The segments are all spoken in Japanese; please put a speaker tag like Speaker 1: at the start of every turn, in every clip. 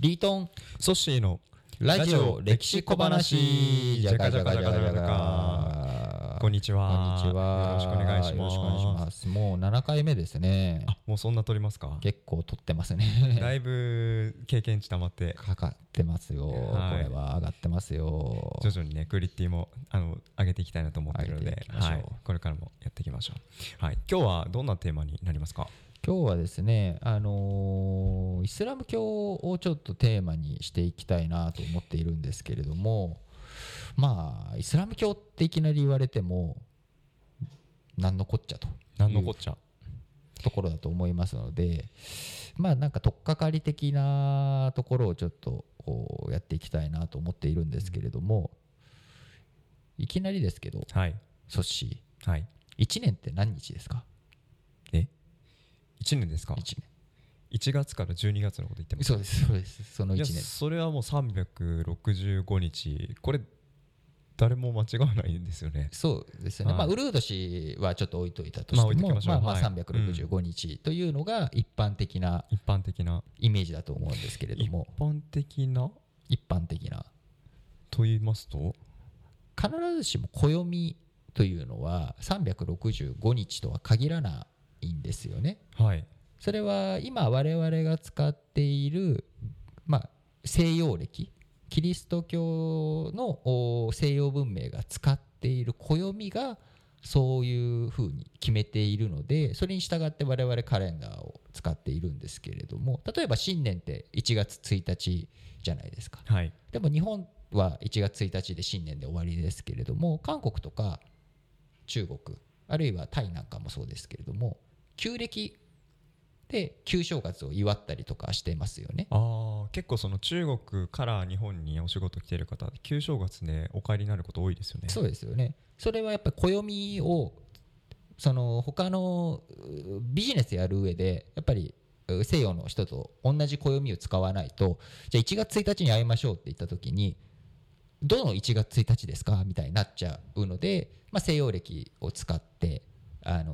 Speaker 1: リートン
Speaker 2: ソッシーの
Speaker 1: ラジオ歴史小話
Speaker 2: じゃかじゃかじゃかじゃかこんにち
Speaker 1: こん
Speaker 2: は
Speaker 1: にちは
Speaker 2: よろしくお願いします
Speaker 1: よろしくお願いしますもう7回目ですね
Speaker 2: あもうそんな撮りますか
Speaker 1: 結構撮ってますね
Speaker 2: だいぶ経験値たまって
Speaker 1: かかってますよ、
Speaker 2: はい
Speaker 1: これは上がってますよ
Speaker 2: 徐々にねクオリティもあの上げていきたいなと思ってるの
Speaker 1: 上げ
Speaker 2: で
Speaker 1: ていきましょう
Speaker 2: はいこれからもやっていきましょうはい今日はどんなテーマになりますか
Speaker 1: 今日はですねあのーイスラム教をちょっとテーマにしていきたいなと思っているんですけれどもまあイスラム教っていきなり言われても何のこっちゃと
Speaker 2: 何のこっちゃ
Speaker 1: ところだと思いますのでまあなんか取っかかり的なところをちょっとこうやっていきたいなと思っているんですけれどもいきなりですけど
Speaker 2: はい
Speaker 1: ソッシ
Speaker 2: はい
Speaker 1: ー1年って何日ですか
Speaker 2: え一年ですか
Speaker 1: 一
Speaker 2: 一月から十二月のこと言ってま
Speaker 1: 年
Speaker 2: す
Speaker 1: そうですそうですその
Speaker 2: い
Speaker 1: 1
Speaker 2: や
Speaker 1: 年
Speaker 2: それはもう365日これ誰も間違わないんですよね
Speaker 1: そうですよね、
Speaker 2: は
Speaker 1: ま
Speaker 2: い
Speaker 1: あ、ウルード氏はちょっと置いといたとして
Speaker 2: まあ置いと
Speaker 1: も、
Speaker 2: きましょ
Speaker 1: ま
Speaker 2: う
Speaker 1: あ、まあ
Speaker 2: はい
Speaker 1: 365日というのが一般的な
Speaker 2: 一般的な
Speaker 1: イメージだと思うんですけれど
Speaker 2: 一
Speaker 1: も、
Speaker 2: 般的な
Speaker 1: 一般的な、
Speaker 2: と言いますと
Speaker 1: 必ずしも暦というのは365日とは限らないんですよね。
Speaker 2: はい
Speaker 1: それは今我々が使っている、まあ、西洋暦キリスト教のお西洋文明が使っている暦がそういうふうに決めているのでそれに従って我々カレンダーを使っているんですけれども例えば新年って1月1日じゃないですか
Speaker 2: はい
Speaker 1: でも日本は1月1日で新年で終わりですけれども韓国とか中国あるいはタイなんかもそうですけれども旧暦で旧正月を祝ったりとかしてますよね。
Speaker 2: ああ結構その中国から日本にお仕事来てる方旧正月でお帰りになること多いですよね
Speaker 1: そうですよねそれはやっぱり暦をその他のうビジネスやる上でやっぱりう西洋の人と同じ暦を使わないとじゃあ1月1日に会いましょうって言った時にどの1月1日ですかみたいになっちゃうので、まあ、西洋暦を使って、あ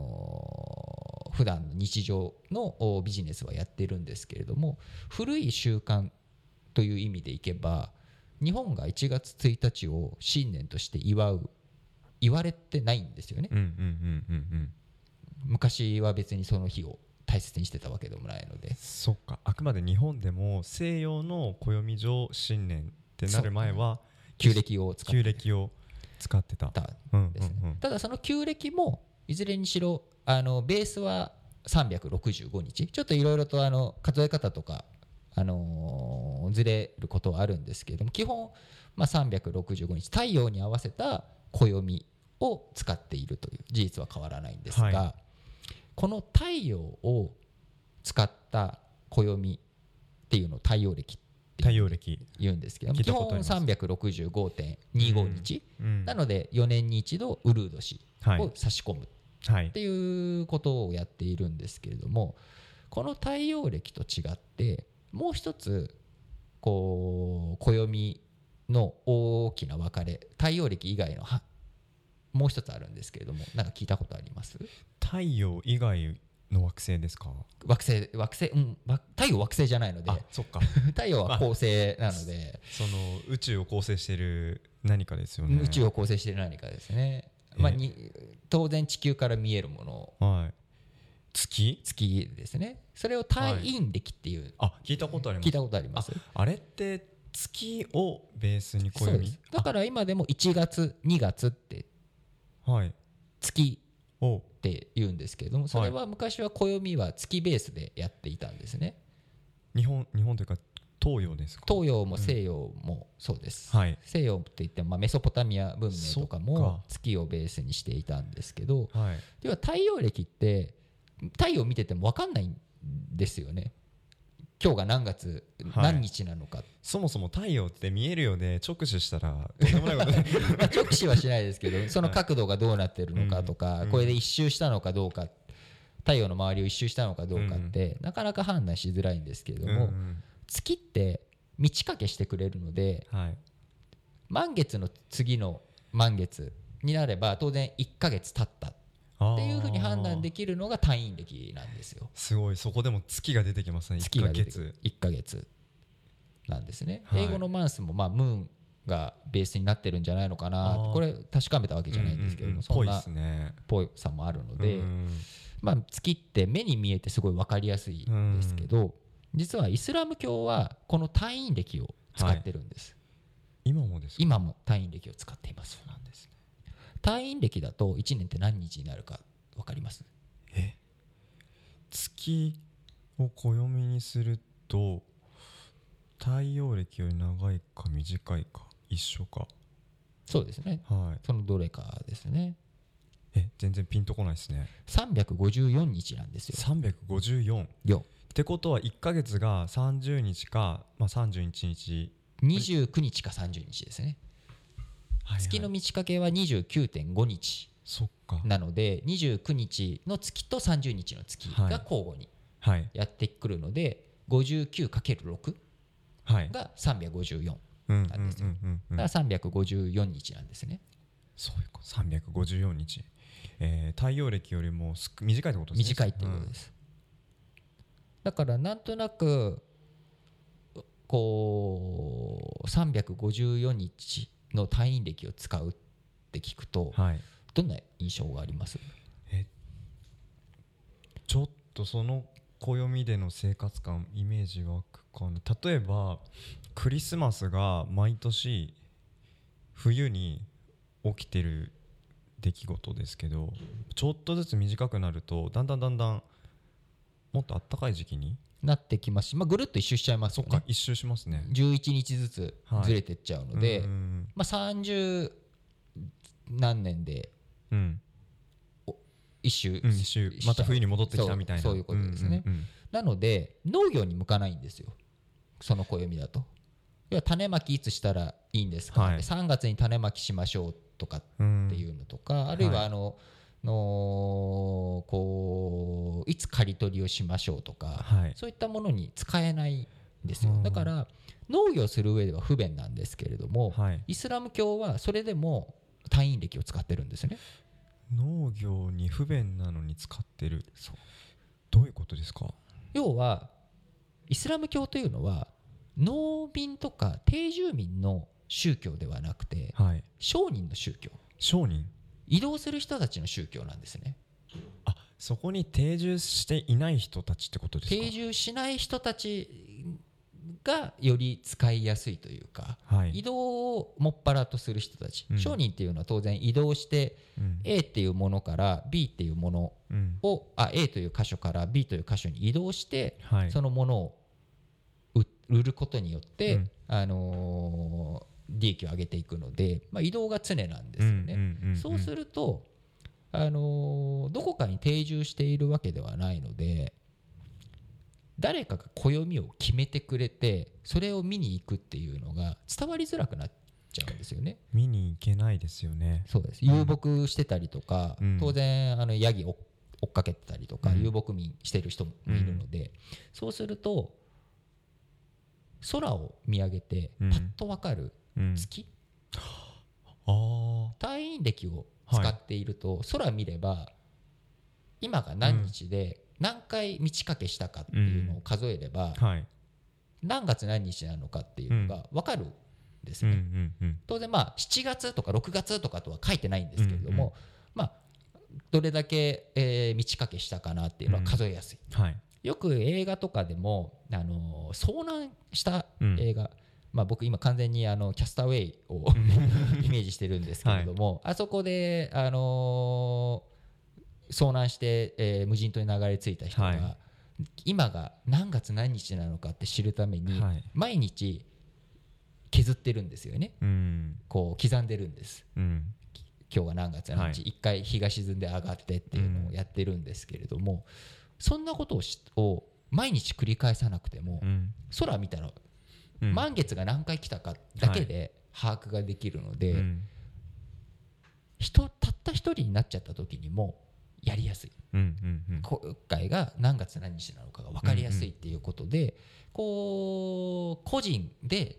Speaker 1: のー普段の日常のおビジネスはやってるんですけれども古い習慣という意味でいけば日本が1月1日を新年として祝う言われてないんですよね
Speaker 2: うんうんうんうんうん
Speaker 1: 昔は別にその日を大切にしてたわけでもないので
Speaker 2: そっかあくまで日本でも西洋の暦上新年ってなる前は
Speaker 1: 旧暦を使っ
Speaker 2: 旧暦を使ってた
Speaker 1: たん
Speaker 2: うんうん
Speaker 1: ですね、
Speaker 2: うん
Speaker 1: ただその旧暦もいずれにしろあのベースは365日ちょっといろいろとあの数え方とか、あのーずれることはあるんですけれども基本、まあ、365日太陽に合わせた暦を使っているという事実は変わらないんですが、
Speaker 2: は
Speaker 1: この太陽を使った暦っていうのを太陽暦って
Speaker 2: 太
Speaker 1: い
Speaker 2: 陽
Speaker 1: う
Speaker 2: 暦
Speaker 1: 言うんですけども
Speaker 2: 聞い
Speaker 1: 基
Speaker 2: たこ
Speaker 1: 本
Speaker 2: とあります
Speaker 1: 365.25日、
Speaker 2: うん
Speaker 1: なので4年に一度ウルード氏
Speaker 2: はい
Speaker 1: を差し込む
Speaker 2: はい
Speaker 1: っていうことをやっているんですけれどもこの太陽暦と違ってもう一つこう暦の大きな分かれ太陽暦以外のはもう一つあるんですけれどもなんか聞いたことあります
Speaker 2: 太陽以外の惑星ですか
Speaker 1: 惑星惑星うんわ太陽惑星じゃないので
Speaker 2: あそっか
Speaker 1: 太陽は恒星なので、
Speaker 2: その宇宙を構成している何かですよね
Speaker 1: 宇宙を構成している何かですね、まあ、
Speaker 2: え
Speaker 1: に当然地球から見えるもの
Speaker 2: はい月
Speaker 1: 月ですねそれを太陰暦っていう、
Speaker 2: あ聞いたことあります
Speaker 1: 聞いたことあります
Speaker 2: あれって月をベースに
Speaker 1: そうで
Speaker 2: 暦
Speaker 1: すだから今でも1月2月って
Speaker 2: あはい
Speaker 1: 月
Speaker 2: を
Speaker 1: って言うんですけれどもそれは昔は暦は月ベースでやっていたんですね
Speaker 2: 日本日本というか東洋ですか
Speaker 1: 東洋も西洋もそうです、
Speaker 2: はい
Speaker 1: 西洋って言ってもまあメソポタミア文明とか
Speaker 2: そっ
Speaker 1: も
Speaker 2: か
Speaker 1: 月をベースにしていたんですけど
Speaker 2: はい
Speaker 1: 要は太陽暦って太陽見てても分かんないんですよね今日が何月
Speaker 2: はい
Speaker 1: 何日なのか
Speaker 2: そもそも太陽って見えるようで直視したらとんでもないこと に
Speaker 1: まあ、直視はしないですけどその角度がどうなってるのかとか、
Speaker 2: うん
Speaker 1: これで一周したのかどうか太陽の周りを一周したのかどうかって、なかなか判断しづらいんですけれども、
Speaker 2: うん
Speaker 1: 月って満ち欠けしてくれるので
Speaker 2: うんはい
Speaker 1: 満月の次の満月になれば当然1ヶ月経ったっ
Speaker 2: って
Speaker 1: いうふうに判断できるのが単位暦なんですよ。
Speaker 2: すごいそこでも月が出てきますね
Speaker 1: 月
Speaker 2: 1ヶ
Speaker 1: が出てく
Speaker 2: 月
Speaker 1: る1ヶ月なんですね、
Speaker 2: はい
Speaker 1: 英語のマンスもまあムーンがベースになってるんじゃないのかな
Speaker 2: あー
Speaker 1: これ確かめたわけじゃないんですけれども、
Speaker 2: ぽ
Speaker 1: そん
Speaker 2: いで
Speaker 1: な
Speaker 2: すね。
Speaker 1: ぽいさもあるので、
Speaker 2: うん
Speaker 1: まあ、月って目に見えてすごい分かりやすいんですけど、実はイスラム教はこの単位暦を使ってるんです、
Speaker 2: 今もですか
Speaker 1: 今も単位暦を使っています
Speaker 2: なんですね。
Speaker 1: 単位暦だと1年って何日になるか分かります
Speaker 2: え月を暦にすると太陽暦より長いか短いか一緒か
Speaker 1: そうですね
Speaker 2: はい
Speaker 1: そのどれかですね
Speaker 2: え全然ピンとこないですね
Speaker 1: 354日なんですよ
Speaker 2: 354っ
Speaker 1: よ
Speaker 2: てことは1ヶ月が30日か、まあ、31日、
Speaker 1: 29日か30日ですね
Speaker 2: はいはい
Speaker 1: 月の満ち欠けは29.5日
Speaker 2: そっか
Speaker 1: なので29日の月と30日の月が交互に
Speaker 2: はい
Speaker 1: やってくるので 59×6
Speaker 2: はい
Speaker 1: が354
Speaker 2: うんうん
Speaker 1: なんです
Speaker 2: う
Speaker 1: よ
Speaker 2: んうんうん
Speaker 1: だから354日なんですね
Speaker 2: そういうこと354日、えー、太陽暦よりもすく短いってことですね
Speaker 1: 短いっていうことですだからなんとなくこう354日の単位歴を使うって聞くと
Speaker 2: うんはい
Speaker 1: どんな印象があります
Speaker 2: ちょっとその暦での生活感イメージ湧くかな例えばクリスマスが毎年冬に起きてる出来事ですけどちょっとずつ短くなるとだんだんだんだんもっとあったかい時期に
Speaker 1: なってきますし、まあ、ぐるっと一周しちゃいますよ
Speaker 2: そっか
Speaker 1: ね
Speaker 2: 一周しますね。
Speaker 1: 11日ずつずれてっちゃうので、
Speaker 2: うんうん
Speaker 1: まあ、30何年で
Speaker 2: うんうん
Speaker 1: 一周、
Speaker 2: うん一周また冬に戻ってきたみたいな
Speaker 1: そうそういうことですね
Speaker 2: うんうんうん
Speaker 1: なので農業に向かないんですよその暦だと要は種まきいつしたらいいんですか、
Speaker 2: はい
Speaker 1: 3月に種まきしましょうとか
Speaker 2: うん
Speaker 1: っていうのとか、あるい
Speaker 2: は
Speaker 1: はいあの、のこういつ刈り取りをしましょうとか、
Speaker 2: はい
Speaker 1: そういったものに使えないんですよ、
Speaker 2: うん
Speaker 1: だから農業する上では不便なんですけれども、
Speaker 2: はい
Speaker 1: イスラム教はそれでも単位歴を使ってるんですね
Speaker 2: 農業に不便なのに使ってるどういうことですか
Speaker 1: 要はイスラム教というのは農民とか定住民の宗教ではなくて
Speaker 2: はい
Speaker 1: 商人の宗教
Speaker 2: 商人
Speaker 1: 移動する人たちの宗教なんですね
Speaker 2: あそこに定住していない人たちってことですか
Speaker 1: 定住しない人たちがより使いやすいというか
Speaker 2: は
Speaker 1: 移
Speaker 2: い、
Speaker 1: 動をもっぱらとする人たち、
Speaker 2: うん
Speaker 1: 商人っていうのは当然移動して
Speaker 2: うん、
Speaker 1: A っていうものから B っていうもの
Speaker 2: うん
Speaker 1: をあ A という箇所から B という箇所に移動して
Speaker 2: はい
Speaker 1: そのものを売売ることによって、
Speaker 2: うん
Speaker 1: あのー利益を上げていくので、まあ、移動が常なんですよね。そうす
Speaker 2: る
Speaker 1: ると、あのーどこかに定住しているわけではないので誰かが暦を決めてくれてそれを見に行くっていうのが伝わりづらくなっちゃうんですよね。
Speaker 2: 見に行けないですよね
Speaker 1: そうです
Speaker 2: うん
Speaker 1: 遊牧してたりとか、
Speaker 2: うん
Speaker 1: 当然あのヤギを追っかけてたりとか、
Speaker 2: うん
Speaker 1: 遊牧民してる人もいるので、そうすると空を見上げてパ
Speaker 2: うん
Speaker 1: ッと分かる
Speaker 2: うん
Speaker 1: 月、
Speaker 2: あー
Speaker 1: 単位歴を使っていると、空見れば今が何日で何回満ち欠けしたかっていうのを数えれば、
Speaker 2: はい
Speaker 1: 何月何日なのかっていうのが分かるんです
Speaker 2: うん
Speaker 1: ね。
Speaker 2: うんうん
Speaker 1: 当然まあ7月とか6月とかとは書いてないんですけれども、
Speaker 2: うんうん
Speaker 1: まあどれだけ、えー満ち欠けしたかなっていうのは数えやすい、
Speaker 2: はい
Speaker 1: よく映画とかでも、あのー遭難した
Speaker 2: うん
Speaker 1: 映画、まあ、僕今完全にあのキャスターウェイを イメージしてるんですけれども、あそこで、あのー遭難して、えー無人島に流れ着いた人が、
Speaker 2: は
Speaker 1: 今が何月何日なのかって知るために、
Speaker 2: はい
Speaker 1: 毎日削ってるんですよね。
Speaker 2: うん
Speaker 1: こう刻んでるんです
Speaker 2: うん
Speaker 1: 今日が何月何日、
Speaker 2: は
Speaker 1: 一回日が沈んで上がってっていうのをやってるんですけれども、そんなことをしを毎日繰り返さなくても、
Speaker 2: うん
Speaker 1: 空見たら
Speaker 2: うん
Speaker 1: 満月が何回来たかだけで把握ができるので、
Speaker 2: うん
Speaker 1: 人たった一人になっちゃった時にもやりやすい
Speaker 2: うんうんうん
Speaker 1: 今回が何月何日なのかが分かりやすいっていうことで、こう個人で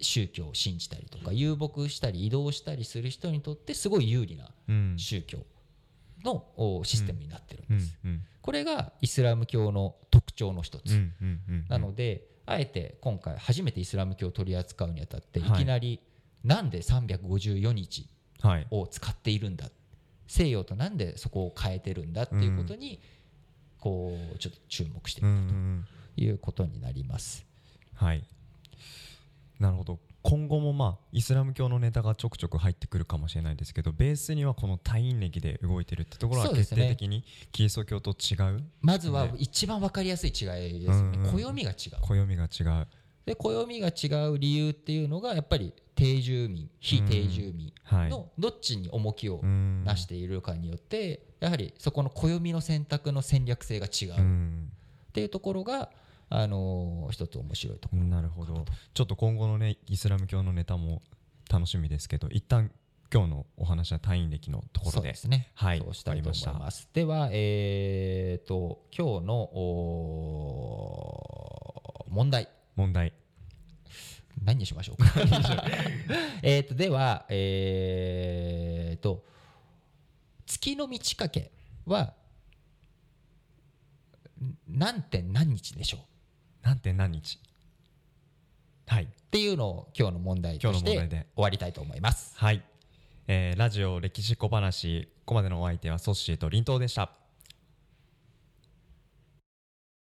Speaker 1: 宗教を信じたりとか遊牧したり移動したりする人にとってすごい有利な
Speaker 2: うん
Speaker 1: 宗教のおシステムになってるん
Speaker 2: う
Speaker 1: です、
Speaker 2: んうん
Speaker 1: これがイスラム教の特徴の一つ、
Speaker 2: うんうんうん
Speaker 1: なのであえて今回初めてイスラム教を取り扱うにあたってい
Speaker 2: はい
Speaker 1: きなりなんで354日
Speaker 2: はい
Speaker 1: を使っているんだ西洋となんでそこを変えてるんだっていうことにこうちょっと注目して
Speaker 2: うんう
Speaker 1: みる
Speaker 2: ん
Speaker 1: ということになります。
Speaker 2: はいなるほど今後もまあイスラム教のネタがちょくちょく入ってくるかもしれないですけどベースにはこの退院歴で動いてるってところは
Speaker 1: そうで
Speaker 2: 決
Speaker 1: すね
Speaker 2: 定的にキリスト教と違う
Speaker 1: まずは
Speaker 2: ね
Speaker 1: 一番わかりやすい違いですよ
Speaker 2: うんう
Speaker 1: ね。
Speaker 2: ん
Speaker 1: 暦が違う。
Speaker 2: 暦が違う
Speaker 1: で暦が違う理由っていうのがやっぱり定住民非定住民
Speaker 2: はい
Speaker 1: のどっちに重きを
Speaker 2: うん
Speaker 1: なしているかによってやはりそこの暦の選択の戦略性が違うっ
Speaker 2: うん
Speaker 1: ていうところが、あのー一つ面白いとこ
Speaker 2: なるほどちょっと今後のねイスラム教のネタも楽しみですけど一旦今日のお話は退院歴のとこ
Speaker 1: ろ
Speaker 2: ろ
Speaker 1: そうで
Speaker 2: です
Speaker 1: ね。
Speaker 2: はい
Speaker 1: そうしたいと思い
Speaker 2: わかり
Speaker 1: ま。
Speaker 2: ます
Speaker 1: では、えー、と今日のおー問題
Speaker 2: 問題
Speaker 1: 何にしましょう かえーとでは、えー、と月の満ち欠けはん何点何日でしょう
Speaker 2: なんて何日はい
Speaker 1: っていうのを今日の問題とし
Speaker 2: 今日の
Speaker 1: て
Speaker 2: 問
Speaker 1: 終
Speaker 2: 題で
Speaker 1: わりたいと思います。
Speaker 2: はい、えーラジオ歴史小話ここまでのお相手はソッシーと林東でした